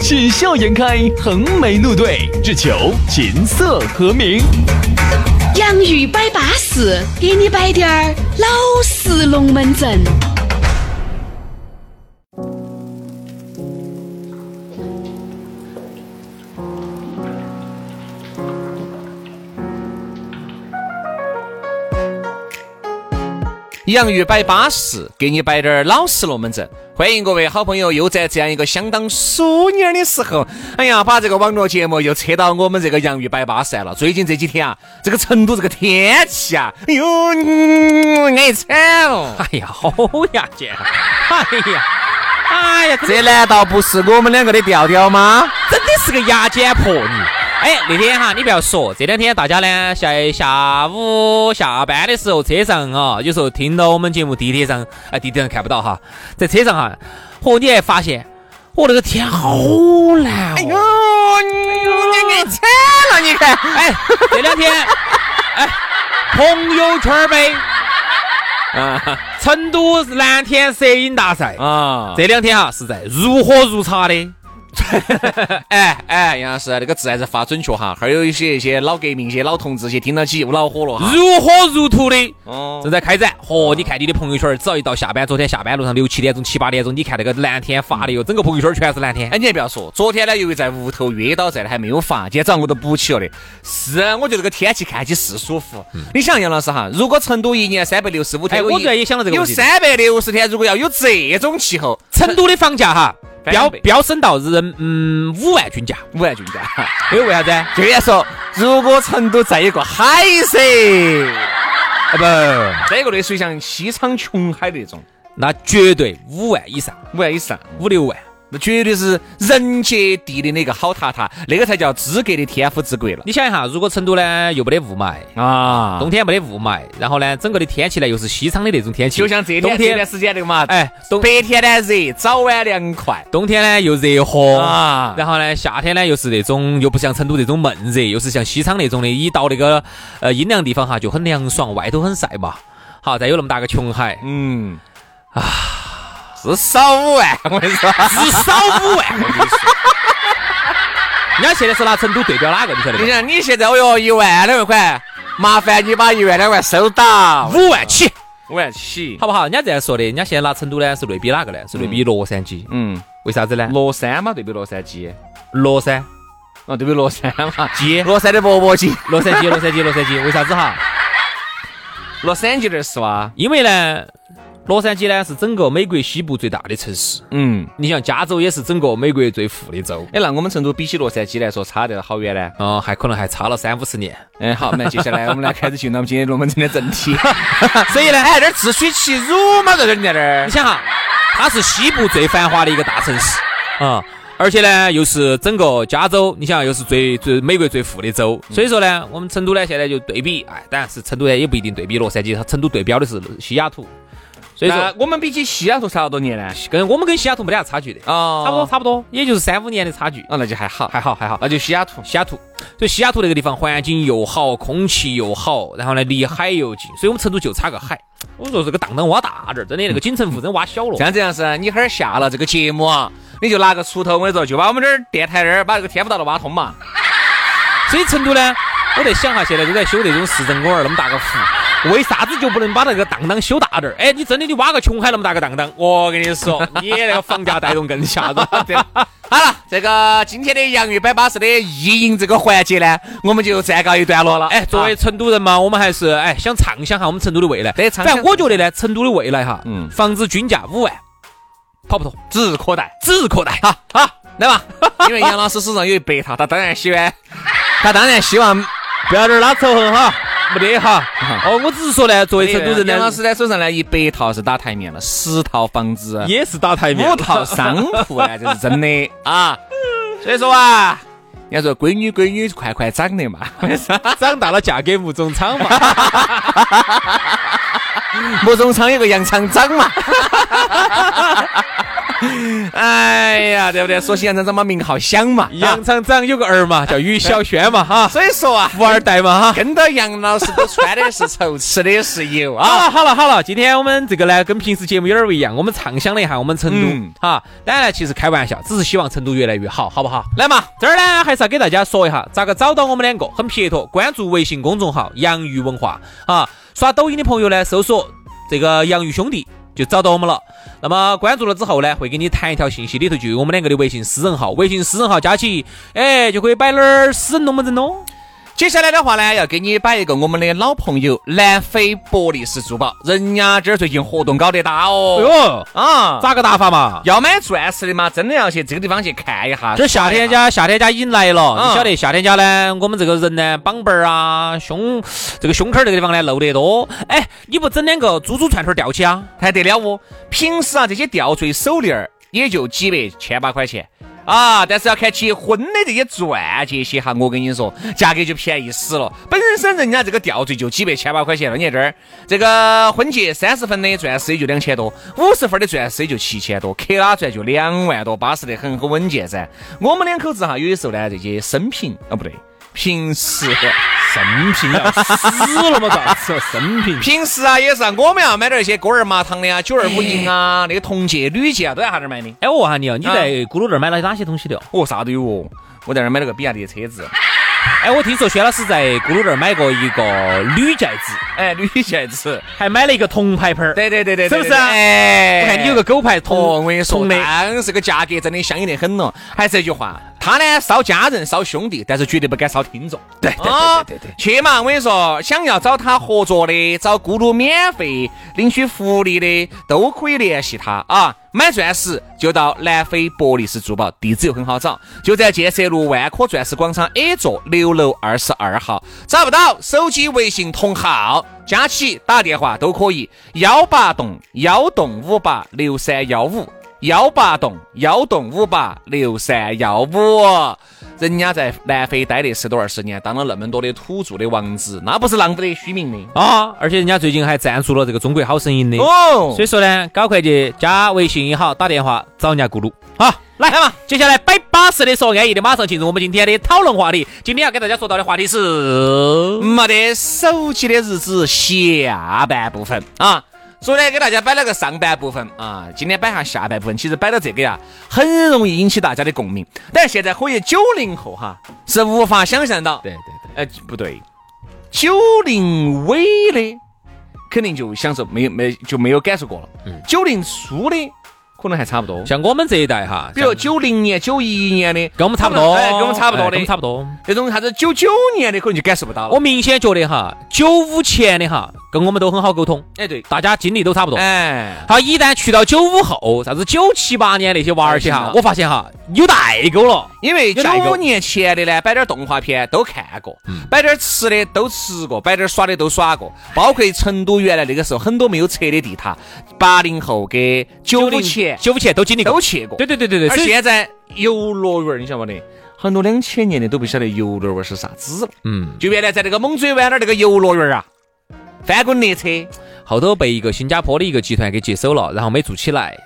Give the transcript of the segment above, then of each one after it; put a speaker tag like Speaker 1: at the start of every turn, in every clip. Speaker 1: 喜笑颜开，横眉怒对，只求琴瑟和鸣。
Speaker 2: 洋芋摆巴士，给你摆点儿老式龙门阵。
Speaker 3: 洋芋摆巴适，给你摆点儿老实龙门阵。欢哎迎各位好朋友又在这样一个相当淑女儿的时候，哎呀，把这个网络节目又扯到我们这个洋芋摆巴适来了。最近这几天啊，这个成都这个天气啊，哎呦，嗯爱惨哦！
Speaker 4: 哎呀，好呀，姐！哎呀，哎呀，
Speaker 3: 这难道不是我们两个的调调吗？
Speaker 4: 真的是个牙尖婆你。哎，那天哈，你不要说，这两天大家呢，下下午下班的时候，车上啊，有时候听到我们节目，地铁上，哎，地铁上看不到哈，在车上哈，嚯，你还发现，我那个天好蓝
Speaker 3: 哎呦，
Speaker 4: 哦！
Speaker 3: 你爱惨了，你看，
Speaker 4: 哎，这两天，哎，朋友圈呗，
Speaker 3: 啊
Speaker 4: 成都蓝天摄影大赛
Speaker 3: 啊，
Speaker 4: 这两天啊是在如火如茶 的。
Speaker 3: 哎哎，杨老师，那个字还是发准确哈，还有一些一些老革命、一些老同志，些听到起又恼火了哈。
Speaker 4: 如火如荼的
Speaker 3: 哦
Speaker 4: 正在开展。嚯、你看你的朋友圈儿，只要一到下班，昨天下班路上六七点钟、七八点钟，你看那个蓝天发的哟，整个朋友圈儿全是蓝天。
Speaker 3: 哎，你还不要说，昨天呢，由于在屋头约到在的还没有发，今天早上我都补起了的。是，啊我觉得这个天气看起是舒服。你想，杨老师哈，如果成都一年三百六十五天
Speaker 4: 哎
Speaker 3: 有一，
Speaker 4: 我这也想到这个
Speaker 3: 有
Speaker 4: 问题
Speaker 3: 三百六十天，如果要有这种气候，
Speaker 4: 成都的房价哈，
Speaker 3: 翻
Speaker 4: 飙
Speaker 3: 倍
Speaker 4: 飙升到人嗯五万均价，
Speaker 3: 五万均价。
Speaker 4: 因为为啥子？啊
Speaker 3: 就也说，如果成都在一个海啊噻，
Speaker 4: 不，
Speaker 3: 在一个类似于像西昌琼海那种，
Speaker 4: 那绝对五万以上，
Speaker 3: 五万以上。
Speaker 4: 五六万。
Speaker 3: 啊那绝对是人杰地灵的一个好榻榻，那个才叫资格的天府之国了
Speaker 4: 你想一下，如果成都呢又没得雾霾，
Speaker 3: 啊
Speaker 4: 冬天没得雾霾，然后呢整个的天气呢又是西昌的那种天气，
Speaker 3: 就像这
Speaker 4: 冬
Speaker 3: 天这段
Speaker 4: 天
Speaker 3: 时间那个嘛，
Speaker 4: 哎冬
Speaker 3: 白天呢热，早晚凉快
Speaker 4: 冬天呢又热和
Speaker 3: 啊
Speaker 4: 然后呢，夏天呢又是那种又不像成都这种闷热，又是像西昌那种的，一到那个呃阴凉地方哈就很凉爽，外头很晒嘛。好，再有那么大个琼海，
Speaker 3: 嗯啊， 至少五万，我跟你说，
Speaker 4: 至少五万。我跟你说人家现在是拿成都对标哪个，你晓得
Speaker 3: 你
Speaker 4: 吗？
Speaker 3: 想你现在哦哟一万两万块，麻烦你把一万两万收到，
Speaker 4: 五万起，
Speaker 3: 五万起，
Speaker 4: 好不好？人家这样说的，人家现在拿成都呢是对比哪个呢？是对比洛杉矶。
Speaker 3: 嗯，
Speaker 4: 为啥子呢？
Speaker 3: 乐山嘛对比乐山鸡，
Speaker 4: 乐山，
Speaker 3: 啊对比乐山嘛，
Speaker 4: 鸡
Speaker 3: 乐山的钵钵鸡，
Speaker 4: 洛杉矶，洛杉矶，洛杉矶，为啥子哈？
Speaker 3: 乐山鸡那儿是哇，
Speaker 4: 因为呢，洛杉矶呢是整个美国西部最大的城市。
Speaker 3: 嗯。
Speaker 4: 你像加州也是整个美国最富的州，
Speaker 3: 哎，那我们成都比起洛杉矶来说，差得好远呢。
Speaker 4: 哦，还可能还差了三五十年。
Speaker 3: 嗯，好，那接下 来我们来开始进入我们今天龙门阵的正 题。
Speaker 4: 所以呢，
Speaker 3: 哎，这儿自取其辱嘛，在这儿你在这儿
Speaker 4: 你。想哈，它是西部最繁华的一个大城市啊、而且呢，又是整个加州，你想又是最最美国最富的州，所以说呢，我们成都呢现在就对比，哎，当然是成都呢也不一定对比洛杉矶，它成都对标的是西雅图，所以
Speaker 3: 那
Speaker 4: 说
Speaker 3: 我们比起西雅图差好多年呢？
Speaker 4: 跟我们跟西雅图没得啥差距的，
Speaker 3: 哦
Speaker 4: 差不多差不多，也就是三五年的差距，
Speaker 3: 哦，那就还好，
Speaker 4: 还好还好。
Speaker 3: 那就西雅图。
Speaker 4: 西雅图。所以西雅图那个地方环境又好，空气又好，然后呢离海又近，所以我们成都就差个海。我说这个荡荡挖大点儿，真的那个
Speaker 3: 嗯
Speaker 4: 锦城湖真挖小了
Speaker 3: 这。样这样是，你哈儿下了这个节目啊，你就拿个锄头，我跟你说，就把我们这儿电台这儿把这个天不道的挖通 嘛。
Speaker 4: 所以成都呢，我在想哈，现在都在修那种市政公园那么大个湖，为啥子就不能把那个荡荡修大点儿？哎，你真的你挖个琼海那么大个荡荡，我跟你说，你那个房价带动更吓人。
Speaker 3: 对了，好了，这个今天的洋芋摆巴士的意淫这个环节呢，我们就暂告一段落了。
Speaker 4: 哎，作为
Speaker 3: 啊
Speaker 4: 成都人嘛，我们还是哎想畅想下我们成都的未来。
Speaker 3: 对畅
Speaker 4: 反
Speaker 3: 想
Speaker 4: 正我觉得呢，成都的未来哈，
Speaker 3: 嗯
Speaker 4: 房子均价五万，跑不脱，
Speaker 3: 指日可待，
Speaker 4: 指日可待。
Speaker 3: 好好来吧， 因为杨老师手上有一百套，他当然喜 欢，他当然希望
Speaker 4: 不要在这儿拉仇恨哈，没得 哈。哦，我只是说呢，作为成都人
Speaker 3: 啊杨老
Speaker 4: 呢，
Speaker 3: 师呢手上呢一百套是打台面了，十套房子，
Speaker 4: 也是打台面
Speaker 3: 五。套商铺呢，这是真的啊。所以说啊，人家说闺女闺女快快长的 嘛，
Speaker 4: 长大了嫁给吴总厂嘛，
Speaker 3: 莫中昌有个杨厂长 嘛。哎呀，对不对？说起杨厂长嘛，名号响嘛。 啊
Speaker 4: 杨厂长有个儿嘛，叫于小轩嘛，哈，
Speaker 3: 所以说 啊，
Speaker 4: 富二代嘛，哈。
Speaker 3: 跟到杨老师都穿的是绸，吃的是油
Speaker 4: 好
Speaker 3: 啊。
Speaker 4: 了好了好了，今天我们这个呢，跟平时节目有点不一样，我们畅想了一下我们成都
Speaker 3: 嗯
Speaker 4: 哈，当然呢，其实开玩笑，只是希望成都越来越好，好不好？
Speaker 3: 来嘛，
Speaker 4: 这儿呢，还是要给大家说一下，咋个找到我们两个？很撇脱，关注微信公众号“洋芋文化”啊，刷抖音的朋友呢，搜索这个“洋芋兄弟”就找到我们了。那么关注了之后呢，会给你弹一条信息，里头就有我们两个的微信私人号，微信私人号加起，哎，就可以摆点儿私人龙门阵哦喽。
Speaker 3: 接下来的话呢，要给你摆一个我们的老朋友南非伯利斯珠宝，人家这儿最近活动搞得大
Speaker 4: 哎
Speaker 3: 哦。
Speaker 4: 呦，
Speaker 3: 啊，
Speaker 4: 咋个打法嘛？
Speaker 3: 要买钻石的嘛，真的要去这个地方去看一下。
Speaker 4: 这夏天家，夏天家已经来了。
Speaker 3: 啊嗯
Speaker 4: 你晓得，夏天家呢，我们这个人呢，绑背儿啊，胸这个胸口儿这个地方呢，露得多。哎，你不整两个珠珠串串吊起啊？
Speaker 3: 还得了哦。平时啊，这些吊坠、手链儿也就几百、千把块钱啊，但是要看结婚的这些钻戒些哈，我跟你说，价格就便宜死了。本身人家这个吊坠就几百、千把块钱了，你看这儿，这个婚戒三十分的钻石也就两千多，五十分的钻石也就七千多，克拉钻就两万多，巴适得很，很稳健噻。我们两口子哈，有的时候呢，这些生平啊，不对，平时。
Speaker 4: 生平要死了嘛？咋子？生平
Speaker 3: 平时啊，也是啊我们要买点一些锅儿麻糖的啊、九二五银
Speaker 4: 哎
Speaker 3: 啊、那个铜戒、铝戒啊，都在啥子买的。
Speaker 4: 哎，我问下你哦，你在
Speaker 3: 嗯
Speaker 4: 咕噜那儿买了哪些东西的哦？
Speaker 3: 哦，啥都有哦。我在那儿买了个比亚迪的车子，
Speaker 4: 哎，我听说薛老师在咕噜那儿买过一个铝戒指，
Speaker 3: 哎，铝戒指，
Speaker 4: 还买了一个铜牌牌儿。
Speaker 3: 对对对对，
Speaker 4: 是不
Speaker 3: 对
Speaker 4: 是啊
Speaker 3: 哎，
Speaker 4: 我看你有个狗牌铜，
Speaker 3: 哦，我跟你说，
Speaker 4: 铜的。
Speaker 3: 当时个价格真的相应得很了。还是这句话，他呢烧家人、烧兄弟，但是绝对不敢烧听众。对对对对对，去嘛！我跟你说，想要找他合作的，找咕噜免费领取福利的，都可以联系他啊。买钻石就到南非伯利斯珠宝，地址又很好找，就在建设路万科钻石广场 A 座六楼二十二号。找不到，手机微信同号。加起打电话都可以，幺八栋幺栋五八六三幺五，幺八栋幺栋五八六三幺五。人家在南非待了十多二十年，当了那么多的土著的王子，那不是浪得虚名的
Speaker 4: 啊！而且人家最近还赞助了这个《中国好声音》的，
Speaker 3: 哦
Speaker 4: 所以说呢，搞快去加微信也好，打电话找人家咕噜。好，来嘛，接下来摆巴适的说安逸的，马上进入我们今天的讨论话题。今天要给大家说到的话题是，
Speaker 3: 没得手机的日子下半部分啊。昨天给大家摆了个上半部分啊，今天摆下下半部分。其实摆到这个呀，很容易引起大家的共鸣。但是现在可以九零后哈是无法想象到，
Speaker 4: 对对
Speaker 3: 哎，不对，九零尾的肯定就享受没有没就没有感受过了。九零初的可能还差不多
Speaker 4: 对，，嗯像我们这一代哈，
Speaker 3: 比如
Speaker 4: 像
Speaker 3: 九零年、九一年的，
Speaker 4: 跟我们差不多，
Speaker 3: 哎，跟我们差不多
Speaker 4: 哎跟我
Speaker 3: 的，
Speaker 4: 们差不多。
Speaker 3: 那种啥子九九年的可能就感受不到了。
Speaker 4: 我明显觉得哈，九五前的哈，跟我们都很好沟通，
Speaker 3: 哎对，
Speaker 4: 大家经历都差不多。
Speaker 3: 哎，
Speaker 4: 好，一旦去到九五后，啥子九七八年那些娃儿些
Speaker 3: 哎是
Speaker 4: 哈
Speaker 3: 的，
Speaker 4: 我发现哈有代沟了。
Speaker 3: 因为
Speaker 4: 有
Speaker 3: 九
Speaker 4: 代沟
Speaker 3: 五年前的呢，摆点动画片都看过，
Speaker 4: 嗯
Speaker 3: 摆点吃的都吃过，摆点耍的都耍过，包括成都原来那个时候很多没有拆的地塔，八零后跟九五前
Speaker 4: 九五前都经历过
Speaker 3: 都。去过。
Speaker 4: 对对对对对，
Speaker 3: 而
Speaker 4: 所以
Speaker 3: 现在游乐园儿，你晓不得？很多两千年的都不晓得游乐园儿是啥子了。
Speaker 4: 嗯，
Speaker 3: 就原来在那个猛追湾那儿那个游乐园儿啊，翻滚列车，
Speaker 4: 后头被一个新加坡的一个集团给接手了，然后没做起来。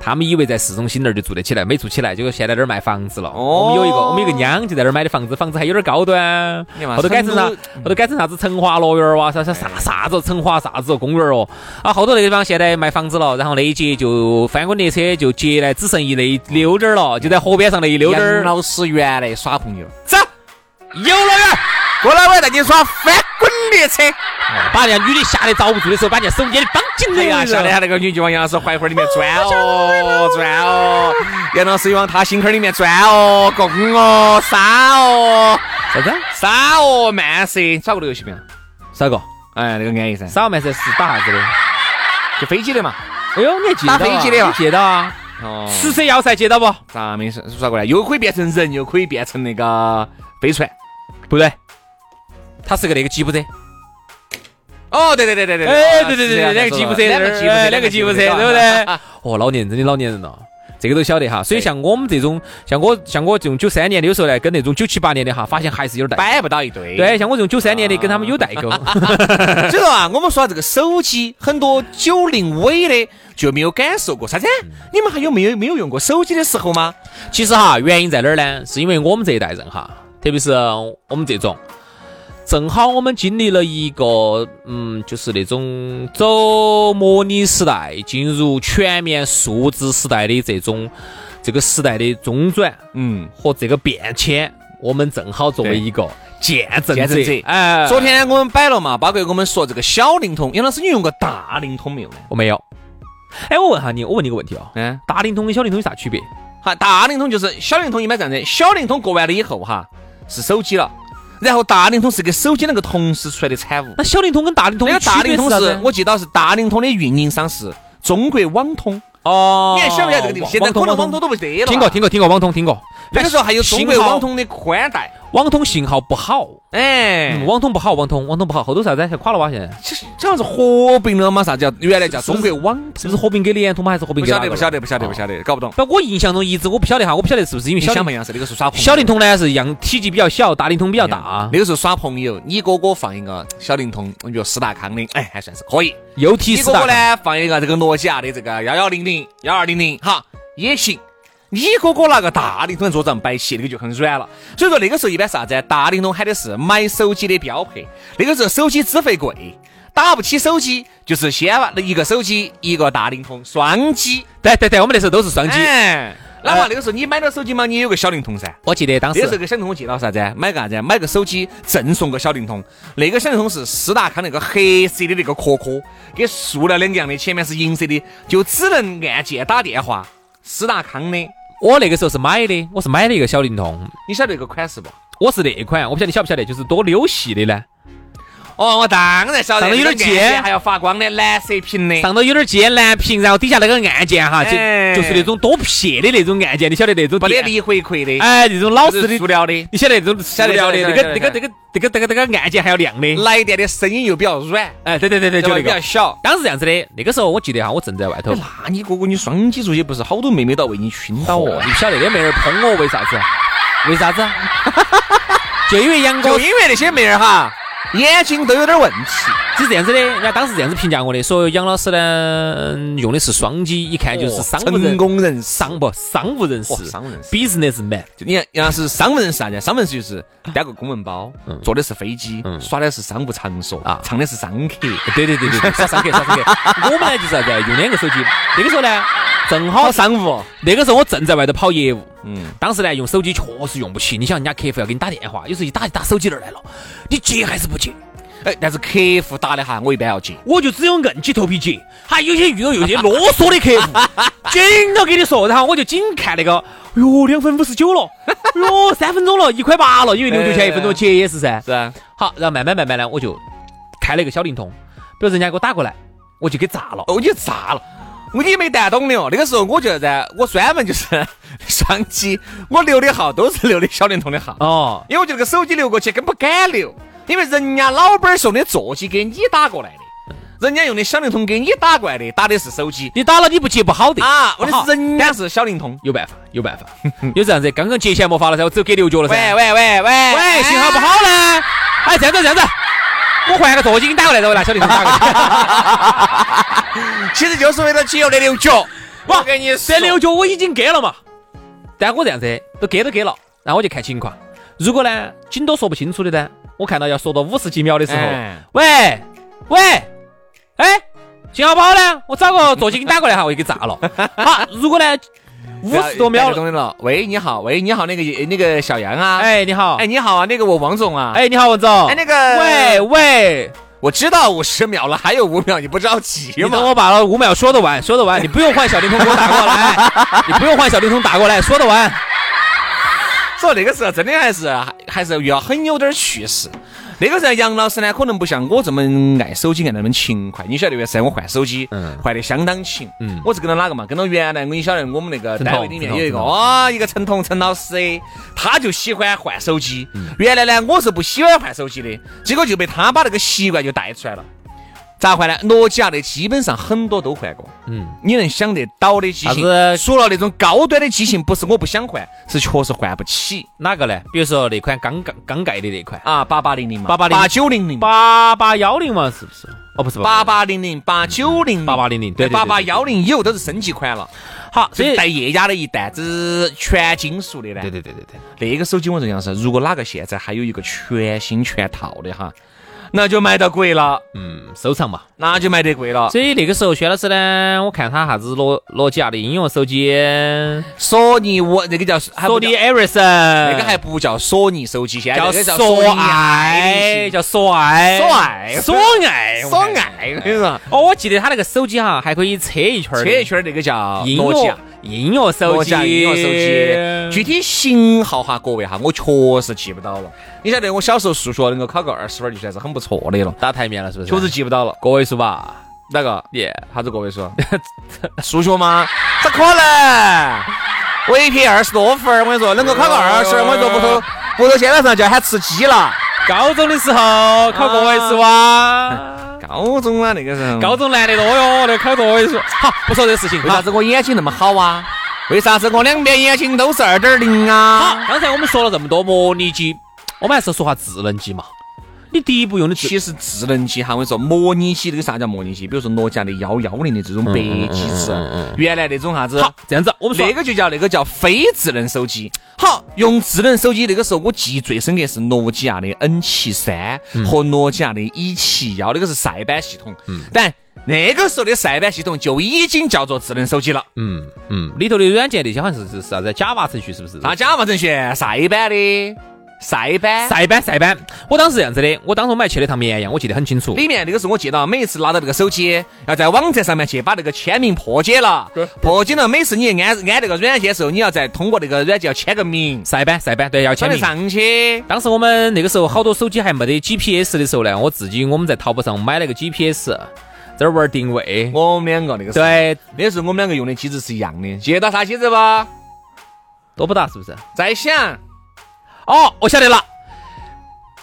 Speaker 4: 他们以为在市中心那儿就做得起来，没做起来，结果现在这儿卖房子了。
Speaker 3: 哦
Speaker 4: 我们有一个，我们有一个娘就在这儿买的房子，房子还有点高端
Speaker 3: 你看嘛，
Speaker 4: 后头改成啥？
Speaker 3: 成都
Speaker 4: 后头改成啥子成华乐园儿哇，啥啥啥啥子成华啥子公园儿哦。啊，后头那个地方现在卖房子了，然后那一节就翻滚列车就接来，只剩一那一溜点儿了，就在河边上那一溜点
Speaker 3: 杨
Speaker 4: 儿。
Speaker 3: 老师原来耍朋友，
Speaker 4: 走，游乐园儿，
Speaker 3: 过来我带你耍翻滚列车。
Speaker 4: 把人家女的吓得遭不住的时候，把人家手给绑紧了
Speaker 3: 哎 呀，吓得他那个女就往杨老师怀怀里面钻哦，钻哦，杨老师又往他心坎儿里面钻哦，拱哦，杀哦，
Speaker 4: 啥子？
Speaker 3: 杀哦，慢射，耍过这个游戏没有？
Speaker 4: 啥个？
Speaker 3: 哎，那个安逸噻，
Speaker 4: 少曼噻是打啥子的？
Speaker 3: 就飞机的嘛。
Speaker 4: 哎呦，你还记得、
Speaker 3: 打
Speaker 4: 啊？
Speaker 3: 飞机的吧
Speaker 4: 你记得啊？
Speaker 3: 哦
Speaker 4: 死蛇要塞记得不？
Speaker 3: 咋没事？耍过来？又可以变成人，又可以变成那个飞船。
Speaker 4: 不对，他是个那个吉普车。
Speaker 3: 哦，对对对对对啊
Speaker 4: 哎，对对对对，两个吉普车，
Speaker 3: 两个吉普车，
Speaker 4: 哎两个吉普车，对不对？？哦，老年人真的老年人了。这个都晓得哈。所以像我们这种，像我像我这种九三年的，有时候呢跟那种九七八年的哈，发现还是有点代啊
Speaker 3: 摆不到一堆。
Speaker 4: 对，像我这种九三年的，跟他们有代沟。
Speaker 3: 所以说啊，我们说这个手机，很多九零尾的就没有感受过啥子？你们还有没有没有用过手机的时候吗？
Speaker 4: 其实哈，原因在哪儿呢？是因为我们这一代人哈，特别是呃我们这种，正好我们经历了一个嗯，就是那种走模拟时代进入全面数字时代的这种这个时代的中转
Speaker 3: 嗯，
Speaker 4: 和这个变迁，我们正好作为一个见证
Speaker 3: 见证者
Speaker 4: 哎，
Speaker 3: 昨天我们摆了嘛，包括我们说这个小灵通，杨老师你用过大灵通没有呢？
Speaker 4: 我哦没有。哎，我问下你，我问你个问题啊，
Speaker 3: 嗯，
Speaker 4: 大灵通跟小灵通有啥区别？
Speaker 3: 哈，大灵通就是小灵通一般这样的，小灵通过完了以后哈是手机了，然后大灵通是跟手机能够同时出来的产物。
Speaker 4: 那小灵通跟大灵通
Speaker 3: 那
Speaker 4: 的
Speaker 3: 个
Speaker 4: 区
Speaker 3: 大
Speaker 4: 别
Speaker 3: 灵通
Speaker 4: 啥
Speaker 3: 是
Speaker 4: 子
Speaker 3: 我记到是大灵通的运营商是中国网通，
Speaker 4: 哦，
Speaker 3: 你还晓不晓得这个地方？现在可能网通都不得了。啊
Speaker 4: 听过，听过，听过，网通听过。哎
Speaker 3: 那个时候还有中国
Speaker 4: 信号
Speaker 3: 网，通的宽带。
Speaker 4: 网通信号不好，
Speaker 3: 哎
Speaker 4: 嗯，网通不好，网通网通不好，后头啥子？现在垮了吧？现在
Speaker 3: 这这样是合并了吗？啥叫原来叫中国网通？
Speaker 4: 是不是合并给联通吗？还是合并
Speaker 3: 不
Speaker 4: 给
Speaker 3: 晓
Speaker 4: 哪
Speaker 3: 得，
Speaker 4: 个？
Speaker 3: 不晓得，不晓得，不晓得，哦搞不懂。
Speaker 4: 不，我印象中一直我不晓得哈，我不晓得是不是因为
Speaker 3: 你
Speaker 4: 小
Speaker 3: 想不
Speaker 4: 灵
Speaker 3: 想啊是那个时候耍朋友？
Speaker 4: 小灵通呢是样体积比较小，大灵通比较
Speaker 3: 啊
Speaker 4: 大，，
Speaker 3: 那个时候耍朋友，你哥哥放一个小灵通，我觉得斯达康的，哎，还算是可以。
Speaker 4: 又体
Speaker 3: 你
Speaker 4: 是
Speaker 3: 哥
Speaker 4: 大
Speaker 3: 哥。呢放一个这个诺基亚的这个幺幺零零、幺二零零，哈也行。你哥哥那个大灵通桌上摆起，那个就很软了。所以说那个时候一般啥子啊，大灵通喊的是买手机的标配。那个时候手机资费贵，打不起手机，就是先把一个手机一个大灵通双击。
Speaker 4: 对对对，我们那时候都是双击。
Speaker 3: 哎，哪怕那个时候你买了手机嘛，你也有个小灵通噻。
Speaker 4: 我记得当
Speaker 3: 那时候
Speaker 4: 时
Speaker 3: 给小灵通我记到啥子啊？买个啥子啊？买个手机赠送个小灵通，那个小灵通是斯达康那个黑色的那个壳壳，跟塑料两个样的，前面是银色的，就只能按键打电话。斯达康的，
Speaker 4: 我那个时候是买的，我是买了一个小灵通，
Speaker 3: 你晓得那个款式不？
Speaker 4: 我是那款，我不晓得你晓不晓得，就是多溜细的呢，
Speaker 3: 哦，我当然晓得，
Speaker 4: 长得有点
Speaker 3: 那个按键
Speaker 4: 尖
Speaker 3: 还要发光的蓝色屏的。
Speaker 4: 上头有点尖蓝屏，然后底下那个按键哈，就
Speaker 3: 哎
Speaker 4: 就是那种多撇的那种按键，你晓得那种
Speaker 3: 没得
Speaker 4: 电
Speaker 3: 力回馈的，
Speaker 4: 哎，这种老
Speaker 3: 就
Speaker 4: 式
Speaker 3: 是
Speaker 4: 的
Speaker 3: 塑料的，嗯
Speaker 4: 你晓得这种塑料的，
Speaker 3: 晓
Speaker 4: 那
Speaker 3: 得
Speaker 4: 个那
Speaker 3: 晓
Speaker 4: 个
Speaker 3: 得
Speaker 4: 那个那个那个那个按键还要亮的，
Speaker 3: 来电的声音又比较软，
Speaker 4: 哎，对对对对，就
Speaker 3: 对吧
Speaker 4: 那
Speaker 3: 比较
Speaker 4: 个。
Speaker 3: 小。
Speaker 4: 当时这样子的，那个时候我记得哈，我正在外头，
Speaker 3: 哎那你哥哥，你双击出去不是好多妹妹都要为你熏
Speaker 4: 到
Speaker 3: 倒
Speaker 4: 我，
Speaker 3: 哦？
Speaker 4: 你不晓得那妹儿喷我为啥子？啊为啥子？啊 就因为杨哥
Speaker 3: 哦就因为那些妹儿哈，眼睛都有点问题。
Speaker 4: 是这样子的，人家当时这样子评价我的，说杨老师呢嗯用的是双击，一看就是商务人
Speaker 3: 哦成功人士，
Speaker 4: 商不商务人士
Speaker 3: 哦商务人士
Speaker 4: ，business man。
Speaker 3: 就你看，要是商务人士啥子？商务人士就是带个公文包，坐的是飞机，耍的是商务场所
Speaker 4: 啊
Speaker 3: 唱的是商客。
Speaker 4: 对对对对对，耍商客耍商客。我们呢就是啥子啊？用两个手机，那个时候呢正好
Speaker 3: 哦商务，
Speaker 4: 那个时候我正在外头跑业务，
Speaker 3: 嗯，
Speaker 4: 当时呢用手机确实用不起。你想人家客户要给你打电话，有时候一打就打手机那儿来了，你接还是不接？
Speaker 3: 哎，但是客户打的哈，我一般要接。
Speaker 4: 我就只有硬起头皮接，还有些遇哦到有些啰嗦的客 户，紧到跟你说，然后我就紧看那个，哎呦，两分五十九 了，哎呦，三分钟了，一块八了，因为六角钱一分钟接 也是噻。
Speaker 3: 是啊，
Speaker 4: 好，然后慢慢慢慢呢，我就开了一个小灵通，比如人家给我打过来，我就给炸了。
Speaker 3: 哦，你炸了。我你没带懂的哦，那个时候我就在，我专门就是 双击，我留的号都是留的小灵通的号，
Speaker 4: 哦，
Speaker 3: 因为我觉得这个手机留过去根本不敢留，因为人家老板儿送的座机给你打过来的，人家用的小灵通给你打过来的，打的是手机
Speaker 4: 你打了你不接不好的
Speaker 3: 啊，
Speaker 4: 不
Speaker 3: 我
Speaker 4: 好
Speaker 3: 的人家是小灵通。
Speaker 4: 有办法，有办法，有这样子，刚刚接起来没法了噻，我只有给六角了噻。
Speaker 3: 喂喂喂喂
Speaker 4: 啊喂，信号不好呢。哎，这样子这样子，我换个座机给你打过来，然后我拿小灵通打过来。
Speaker 3: 哎其实就是为了节约的六角。我跟你说
Speaker 4: 这，六角我已经给了嘛，但我这样子都给都给了，然后我就看情况。如果呢，紧多说不清楚的呢，我看到要说到五十几秒的时候，
Speaker 3: 哎
Speaker 4: 喂喂，哎，信号不好呢，我找个座机给你打过来哈，我就给炸 了。好，如果呢，五十多秒了，
Speaker 3: 懂的了。喂，哎你好，喂，你好，那个那个小杨啊，哎
Speaker 4: 哎，你好，
Speaker 3: 哎，
Speaker 4: 哎，
Speaker 3: 你好啊，那个我王总啊，，
Speaker 4: 你好，文总，
Speaker 3: 哎那个
Speaker 4: 喂喂，
Speaker 3: 我知道五十秒了，还有五秒，你不着急
Speaker 4: 你等
Speaker 3: 吗？
Speaker 4: 我把五秒说得完，说得完，你不用换小灵通给我打过 来，你不用换小灵通打过来，说得完。
Speaker 3: 说那个时候真的还是还是要很有点趣事。那个时候杨老师呢，可能不像我这么爱手机爱那么勤快。你晓得原来我换手机，
Speaker 4: 嗯
Speaker 3: 换的相当勤。
Speaker 4: 嗯
Speaker 3: 我是跟到哪个嘛？跟到原来我你晓得我们那个
Speaker 4: 陈彤
Speaker 3: 单位里面
Speaker 4: 陈彤
Speaker 3: 有一个
Speaker 4: 陈
Speaker 3: 哦，一个陈彤陈老师，他就喜欢换手机。
Speaker 4: 嗯
Speaker 3: 原来呢，我是不喜欢换手机的，结果就被他把那个习惯就带出来了。咋换呢？诺基亚的基本上很多都换过，嗯，你能想得到的机
Speaker 4: 啥
Speaker 3: 型
Speaker 4: 子，
Speaker 3: 除呃了那种高端的机型，不是我不想换，是确实换不起
Speaker 4: 哪个呢？比如说那款刚刚刚盖的那款，
Speaker 3: 啊。八八零零嘛，
Speaker 4: 8800
Speaker 3: 八九零零，
Speaker 4: 八八幺零嘛，是不是？哦，不是
Speaker 3: 八八零零，八九零，
Speaker 4: 8800对对对
Speaker 3: 八八幺零以后都是升级款了，
Speaker 4: 好，所
Speaker 3: 这
Speaker 4: 以
Speaker 3: 带液压的一弹，这是全金属的呢。
Speaker 4: 对对对对对，
Speaker 3: 那个手机我这样是，如果哪个现在还有一个全新全套的哈，那就卖到贵了，
Speaker 4: 嗯，收藏嘛。
Speaker 3: 那就卖得贵了。
Speaker 4: 所以那个时候，薛老师呢，我看他啥子诺诺基亚的应用手机，
Speaker 3: 索尼我那个叫索
Speaker 4: 索尼 Ericsson，
Speaker 3: 那个还不叫索尼手机，现在
Speaker 4: 叫
Speaker 3: 那个叫
Speaker 4: 索
Speaker 3: 爱
Speaker 4: 爱，，叫索爱，
Speaker 3: 索爱
Speaker 4: 索爱，
Speaker 3: 索。爱。我跟你说，
Speaker 4: 哦，我记得他那个手机哈，还可以车一圈儿的，
Speaker 3: 这一圈儿那个叫
Speaker 4: 音
Speaker 3: 诺基亚
Speaker 4: 乐。音乐手
Speaker 3: 诺
Speaker 4: 机，
Speaker 3: 基亚音乐手机，具体型号哈，各位哈，我确实记不到了。你晓得我小时候数学能够考个二十分儿就算是很不错的了，
Speaker 4: 打台面了是不是？
Speaker 3: 确实记不到了。
Speaker 4: 个位数吧。
Speaker 3: 哪个？
Speaker 4: 耶，
Speaker 3: 啥子个位 数？数学吗？咋可能？我一篇二十多分儿，我跟你说，能够考个二十，我跟你说，屋头屋头现在上就要喊吃鸡了。
Speaker 4: 高中的时候考个位数啊，
Speaker 3: 高中啊，那个人，
Speaker 4: 高中男的多哦哟，那考个位数。好，不说这个事情。
Speaker 3: 为啥
Speaker 4: 好，
Speaker 3: 子我眼睛那么好啊？为啥子我两边眼睛都是二点零
Speaker 4: 好
Speaker 3: 啊？，
Speaker 4: 刚才我们说了这么多模拟机，我们还是说下智能机嘛。你第一步用的智
Speaker 3: 其实智能机哈，我跟你说，模拟机这个啥叫模拟机？比如说诺基亚的幺幺零的这种白
Speaker 4: 嗯
Speaker 3: 机制，原来那种啥子
Speaker 4: 好，这样子，我们说
Speaker 3: 那啊个就叫那个叫非智能手机。好，用智能手机那个时候，我记忆最深刻是诺基亚的 N 7
Speaker 4: 嗯
Speaker 3: 3和诺基亚的 E 7 1那个是塞班系统。但那个时候的塞班系统就已经叫做智能手机了。
Speaker 4: 嗯嗯，里头的软件那些好像是是
Speaker 3: 啊
Speaker 4: 啥子 Java 程序是不是？
Speaker 3: 那加嘛程序塞班的塞班。
Speaker 4: 塞班塞班，我当时这样子的，我当时我们还去了趟绵阳，我记得很清楚。
Speaker 3: 里面那个时候我记得，每一次拿到那个手机，要在网站上面去把那个签名破解了，破解了。每次你安安那个软件的时候，你要再通过那个软件要签个名，
Speaker 4: 塞班塞班，对，要签
Speaker 3: 签得
Speaker 4: 名。
Speaker 3: 上去。
Speaker 4: 当时我们那个时候好多手机还没得 GPS 的时候呢，我自己我们在淘宝上买了个 GPS，在那儿玩定位。
Speaker 3: 我们两个那个时候
Speaker 4: 对，
Speaker 3: 那时候我们两个用的机子是一样的，记得到啥机子不？
Speaker 4: 多不大是不是？
Speaker 3: 在想
Speaker 4: 哦，我晓得了，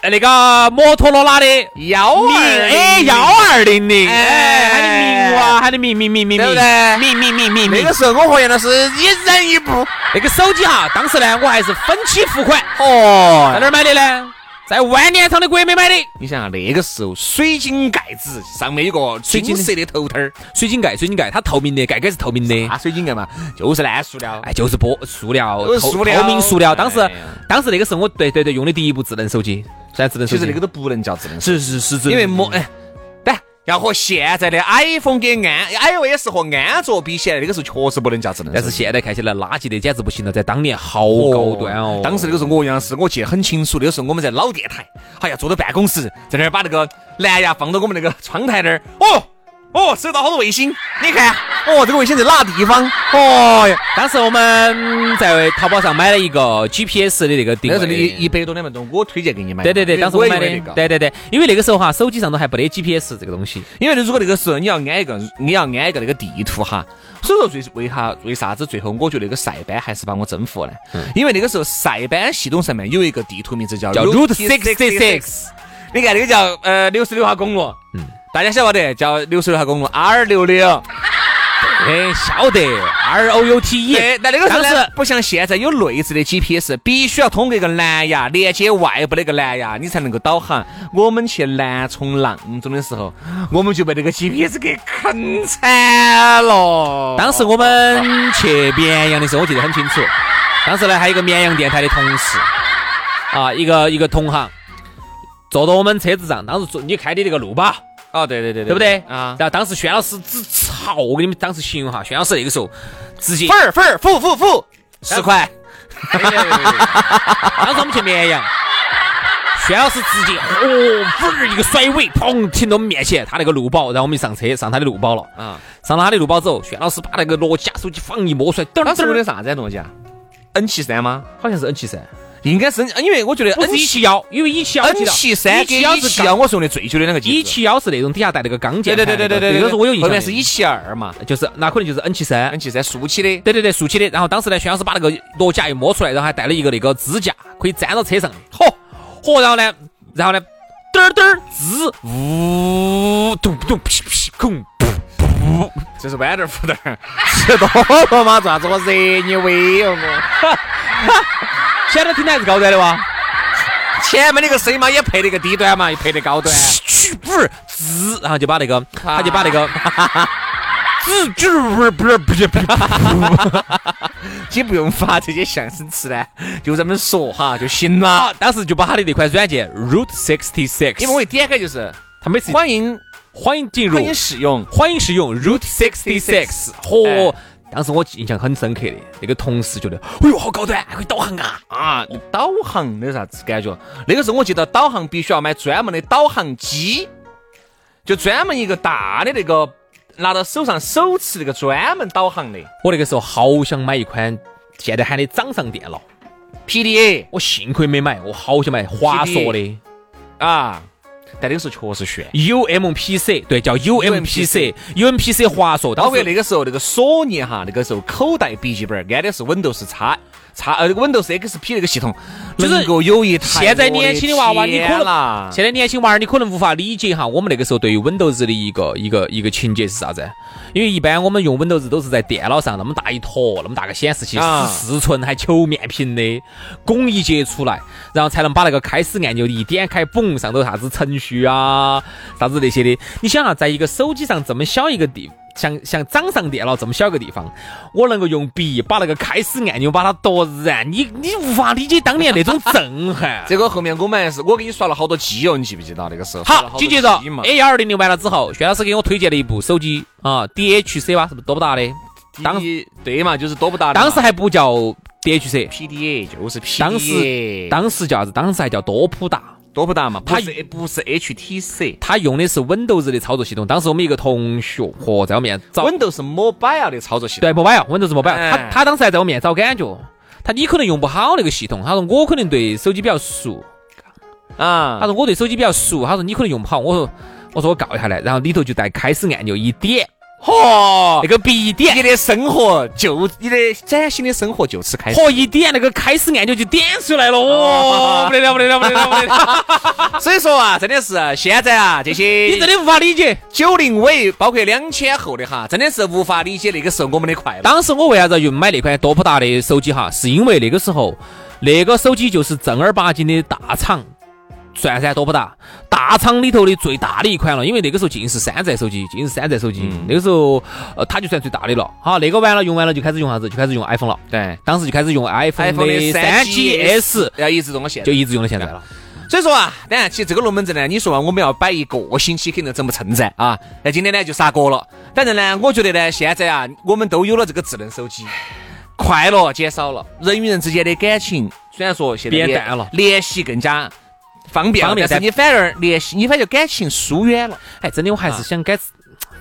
Speaker 4: 呃那个摩托罗拉的
Speaker 3: 幺
Speaker 4: 明
Speaker 3: 二
Speaker 4: 哎幺二零零，
Speaker 3: 哎
Speaker 4: 哎，喊的明哇，喊的明明明明明，
Speaker 3: 对不对
Speaker 4: 明明明明
Speaker 3: 那
Speaker 4: 明
Speaker 3: 个。时候我和杨老师一人一部，
Speaker 4: 那个手机哈，当时呢我还是分期付款，在
Speaker 3: 哦，
Speaker 4: 哪儿买的呢？在万年堂的国美买的，
Speaker 3: 你想啊，那个时候水晶盖子上面有个金色的头头儿，
Speaker 4: 水晶盖，水晶盖，它透明的，盖盖是透明的。
Speaker 3: 啊，水晶盖嘛，就是烂塑料。
Speaker 4: 哎，就是玻塑料，
Speaker 3: 都是
Speaker 4: 透
Speaker 3: 塑料
Speaker 4: 透明哦塑料。当时
Speaker 3: 哎呀，
Speaker 4: 当时那个是我对对对用的第一部智能手机，算智能手
Speaker 3: 其
Speaker 4: 机。
Speaker 3: 实那个都不能叫智能手
Speaker 4: 是是是智嗯
Speaker 3: 机，
Speaker 4: 能，
Speaker 3: 因为摸哎，但要和现在的 iPhone 跟安 iOS 和安卓比起来，那个时候确实不能叫智能手
Speaker 4: 但
Speaker 3: 机。
Speaker 4: 是现在看起来垃圾的简直不行了，在当年好高端哦。
Speaker 3: 当时那个时候我杨是，我记得很清楚，那个时候我们在老电台，哎呀，坐到办公室，在那儿把那个蓝牙放到我们那个窗台那儿，哦哦，收到好多卫星，你 看，哦，这个卫星在哪个地方？哦呀，
Speaker 4: 当时我们在淘宝上买了一个 GPS 的那个定
Speaker 3: 那
Speaker 4: 位，
Speaker 3: 是你一百多两万多，我推荐给你买的。
Speaker 4: 对对对，当时
Speaker 3: 我
Speaker 4: 我
Speaker 3: 也
Speaker 4: 买
Speaker 3: 用那
Speaker 4: 的，
Speaker 3: 个。
Speaker 4: 对对对，因为那个时候哈，手机上都还不得 GPS 这个东西。
Speaker 3: 因为如果那个时候你要安一个，你要安一个那个地图哈，所以说最为啥为啥子最后我觉得那个塞班还是把我征服了呢？因为那个时候塞班系统上面有一个地图名字叫
Speaker 4: 叫
Speaker 3: Route
Speaker 4: Route 66，
Speaker 3: 你看那个叫呃六十六号公路，嗯，大家晓不晓得叫六十六号公路 R 六六？
Speaker 4: 哎，晓得，R O U T E。
Speaker 3: 对，那那个时候
Speaker 4: 当
Speaker 3: 呢
Speaker 4: 时，
Speaker 3: 不像现在有内置的 GPS，必须要通过一个蓝牙连接外部的一个蓝牙，你才能够导航。我们去南充阆中的时候，我们就被那个 GPS 给坑惨了。
Speaker 4: 当时我们去绵阳的时候，我记得很清楚。当时呢，还有一个绵阳电台的同事，啊，一个一个同行，坐到我们车子上。当时坐你开的那个路吧，
Speaker 3: 哦，对对对对，
Speaker 4: 对不对？
Speaker 3: 啊
Speaker 4: 然，后当时轩老师只操，我给你们当时形容哈，轩老师那个时候直接，
Speaker 3: 儿粉儿，付付付，十块。哎
Speaker 4: 当时我们去绵阳，轩老师直接哦，嘣儿一个甩尾，砰停到我们面前，他那个路宝，然后我们就上车上他的路宝了。
Speaker 3: 啊，
Speaker 4: 上了他的路宝之后，轩老师把那个诺基亚手机放一摸出来，噔
Speaker 3: 当
Speaker 4: 噔
Speaker 3: 时我
Speaker 4: 儿
Speaker 3: 的，啥子诺基亚？N 七三吗？
Speaker 4: 好像是 N 七三。
Speaker 3: 应该是，因为我觉得
Speaker 4: 不
Speaker 3: N
Speaker 4: 是一
Speaker 3: 七
Speaker 4: 七幺，因为一七幺
Speaker 3: N 七三
Speaker 4: 一
Speaker 3: 跟
Speaker 4: 七
Speaker 3: 一
Speaker 4: 幺
Speaker 3: 七
Speaker 4: 是
Speaker 3: 幺，
Speaker 4: 钢，
Speaker 3: 我是用的最久的两个机
Speaker 4: 一
Speaker 3: 子。
Speaker 4: 七幺是那种底下带那个钢
Speaker 3: 对
Speaker 4: 键
Speaker 3: 对
Speaker 4: 盘
Speaker 3: 对
Speaker 4: 那
Speaker 3: 对
Speaker 4: 个，
Speaker 3: 对对，
Speaker 4: 这个是我有印象
Speaker 3: 后
Speaker 4: 的。
Speaker 3: 面是一七二嘛
Speaker 4: 就是那可能就是 N 七三
Speaker 3: ，N。七三竖起的。
Speaker 4: 对对对，竖起的，然后当时呢，薛老师把那个诺基亚一摸出来，然后还带了一个那个支架，可以粘到车上的。嚯嚯，然后呢，然后呢，嘚儿嘚儿滋，呜咚咚噼噼空。
Speaker 3: 这是豌豆胡豆儿，吃多了嘛，爪子我惹你胃哟我。
Speaker 4: 晓得听的还是高端的哇？
Speaker 3: 前面那个声嘛也配那个低端嘛，也配的高端。
Speaker 4: 嘘不是滋，然后就把那个，他就把那个，
Speaker 3: 滋滋不是不是不是不是，你不用发这些相声词呢，就这么说哈就行了。
Speaker 4: 啊，当时就把他的那款软件 Root Sixty
Speaker 3: 你们
Speaker 4: Six，
Speaker 3: 会点开就是
Speaker 4: 他每次
Speaker 3: 欢迎
Speaker 4: 欢迎进入
Speaker 3: 欢，迎使用。
Speaker 4: 欢迎使用 Root Sixty Six。
Speaker 3: 66
Speaker 4: 嚯，当时我印象很深刻的，那个同事觉得，哎呦，好高端，还可以导航啊。
Speaker 3: 啊，导航有啥子感觉？那个时候我记得导航必须要买专门的导航机，就专门一个大的那个拿到手上手持那个专门导航的
Speaker 4: 我那个时候好想买一款现在喊的掌上电脑，
Speaker 3: PDA
Speaker 4: 我幸亏没买，我好想买华硕的
Speaker 3: 啊，但那个时候确实炫。
Speaker 4: UMPC，对，叫 UMPC，UMPC 华硕。
Speaker 3: 包
Speaker 4: 当
Speaker 3: 括
Speaker 4: 时
Speaker 3: 那个时候那个索尼哈，那个时候口袋笔记本安的是 Windows X X 呃 Windows XP 那个系统，
Speaker 4: 就是
Speaker 3: 能够有一台。
Speaker 4: 现在年轻的娃娃，你可
Speaker 3: 啦
Speaker 4: 能，现在年轻娃儿，你可能无法理解哈，我们那个时候对于 Windows 的一个一个一个情节是啥子？因为一般我们用 Windows 都是在电脑上那么大一坨，那么大个显示器，
Speaker 3: 啊
Speaker 4: 十四寸还球面屏的，拱一截出来，然后才能把那个开始按钮一点开，嘣，上头啥子程序啊，啥子那些的。你想啊，在一个手机上这么小一个地。像像掌上电脑这么小个地方，我能够用笔把那个开始按钮把它夺燃，你你无法理解当年那种震撼。
Speaker 3: 这个后面我们还是我给你刷了好多机哦，你记不记得那个时候？刷了
Speaker 4: 好，
Speaker 3: 多
Speaker 4: 紧接着
Speaker 3: 机嘛
Speaker 4: A 幺二零零完了之后，薛老师给我推荐了一部手机啊，DHC 吧，是不是多不达的？当
Speaker 3: 时对嘛，就是多不达的嘛。
Speaker 4: 当时还不叫 DHC，
Speaker 3: PDA 就是
Speaker 4: 当时
Speaker 3: PDA，
Speaker 4: 当时叫啥子？当时还叫多普达。
Speaker 3: 多不达嘛，
Speaker 4: 它
Speaker 3: 不是不是 HTC。
Speaker 4: 他用的是 Windows 的操作系统。当时我们一个同学嚯，在我面找
Speaker 3: Windows Mobile 的操作系统，
Speaker 4: 对哦 Mobile，Windows Mobile，他
Speaker 3: 哎
Speaker 4: 他当时还在我面找感觉。他你可能用不好那个系统，他说我可能对手机比较熟，
Speaker 3: 嗯啊，
Speaker 4: 他说我对手机比较熟，他说你可能用不好，我说我说我告一下来，然后里头就带开始按钮一点，
Speaker 3: 嚯
Speaker 4: 那，个必点，
Speaker 3: 你的生活就你的崭新的生活就此开始。
Speaker 4: 嚯，哦一点那个开始按钮就点出来了， 哦，不得了，不得了，不得了，不得了！
Speaker 3: 所以说啊，真的是现在啊，这些
Speaker 4: 你真的无法理解，
Speaker 3: 九零尾，包括两千后的哈，真的是无法理解那个时候我们的快乐。
Speaker 4: 当时我为啥子要买那款多普达的手机哈？是因为那个时候那个手机就是正儿八经的大厂，算噻多普达，大厂里头的最大的一款了。因为那个时候尽是山寨手机，尽是山寨手机，
Speaker 3: 嗯
Speaker 4: 那个时候呃它就算最大的了。好，那个完了用完了就开始用啥子？就开始用 iPhone 了。
Speaker 3: 对
Speaker 4: 当时就开始用 iPhone
Speaker 3: ，iPhone
Speaker 4: 的
Speaker 3: 的
Speaker 4: 三
Speaker 3: 三
Speaker 4: GS，
Speaker 3: 要一直用到现在
Speaker 4: 就。一直用到现在了。
Speaker 3: 所以说啊，当然，其实这个龙门阵呢，你说嘛，我们要摆一个星期，肯定整不称赞啊。那今天呢，就杀锅了。反正呢，我觉得呢，现在啊，我们都有了这个智能手机，快乐减少了，人与人之间的感情虽然说现在也
Speaker 4: 变淡了
Speaker 3: 联系更加方便了，
Speaker 4: 方便
Speaker 3: 但是你反而联系，你反而感情疏远了。
Speaker 4: 哎，真的，我还是想改次，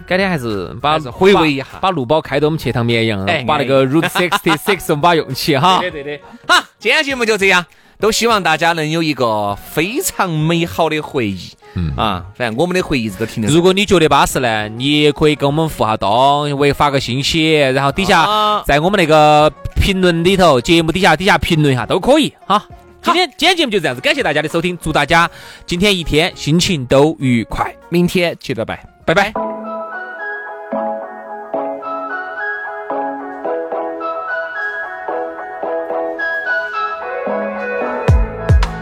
Speaker 4: 改天还是把
Speaker 3: 啊还是回味一下
Speaker 4: 把把路宝开到我们去趟绵阳
Speaker 3: 哎，
Speaker 4: 把那个 Route Sixty Six 我们把它用起哈。
Speaker 3: 对的。好，今天节目就这样，都希望大家能有一个非常美好的回忆。嗯啊，反正我们的回忆一直都停留 在。
Speaker 4: 如果你觉得巴适呢，你也可以给我们互下动，为发个信息，然后底下
Speaker 3: 啊
Speaker 4: 在我们那个评论里头，节目底下底下评论一下都可以哈。今天今天节目就这样子，感谢大家的收听，祝大家今天一天心情都愉快，
Speaker 3: 明天接着拜。
Speaker 4: 拜拜。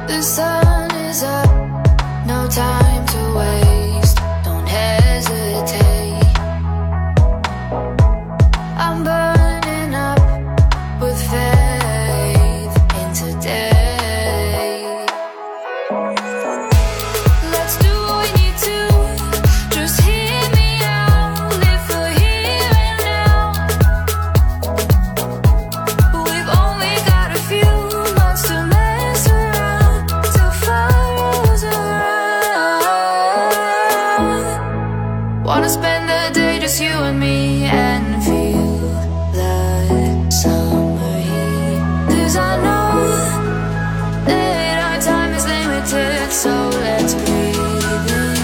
Speaker 5: The sun is up, no time to waste. Don't hesitate. I'm burning up with faith in today. Let's do what we need to. Just hear me out. Live for here and now. We've only got a few months to mess around till fire rolls around. Wanna spend the day just you and me and feel the summer heat. 'Cause I know that our time is limited, so let's breathe in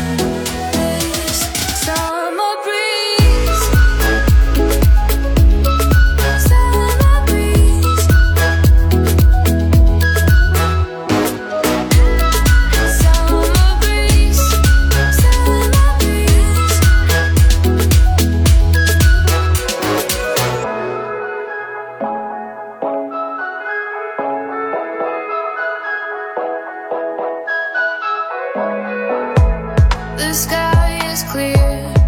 Speaker 5: this summer breeze. Summer breeze, summer breeze. The sky is clear.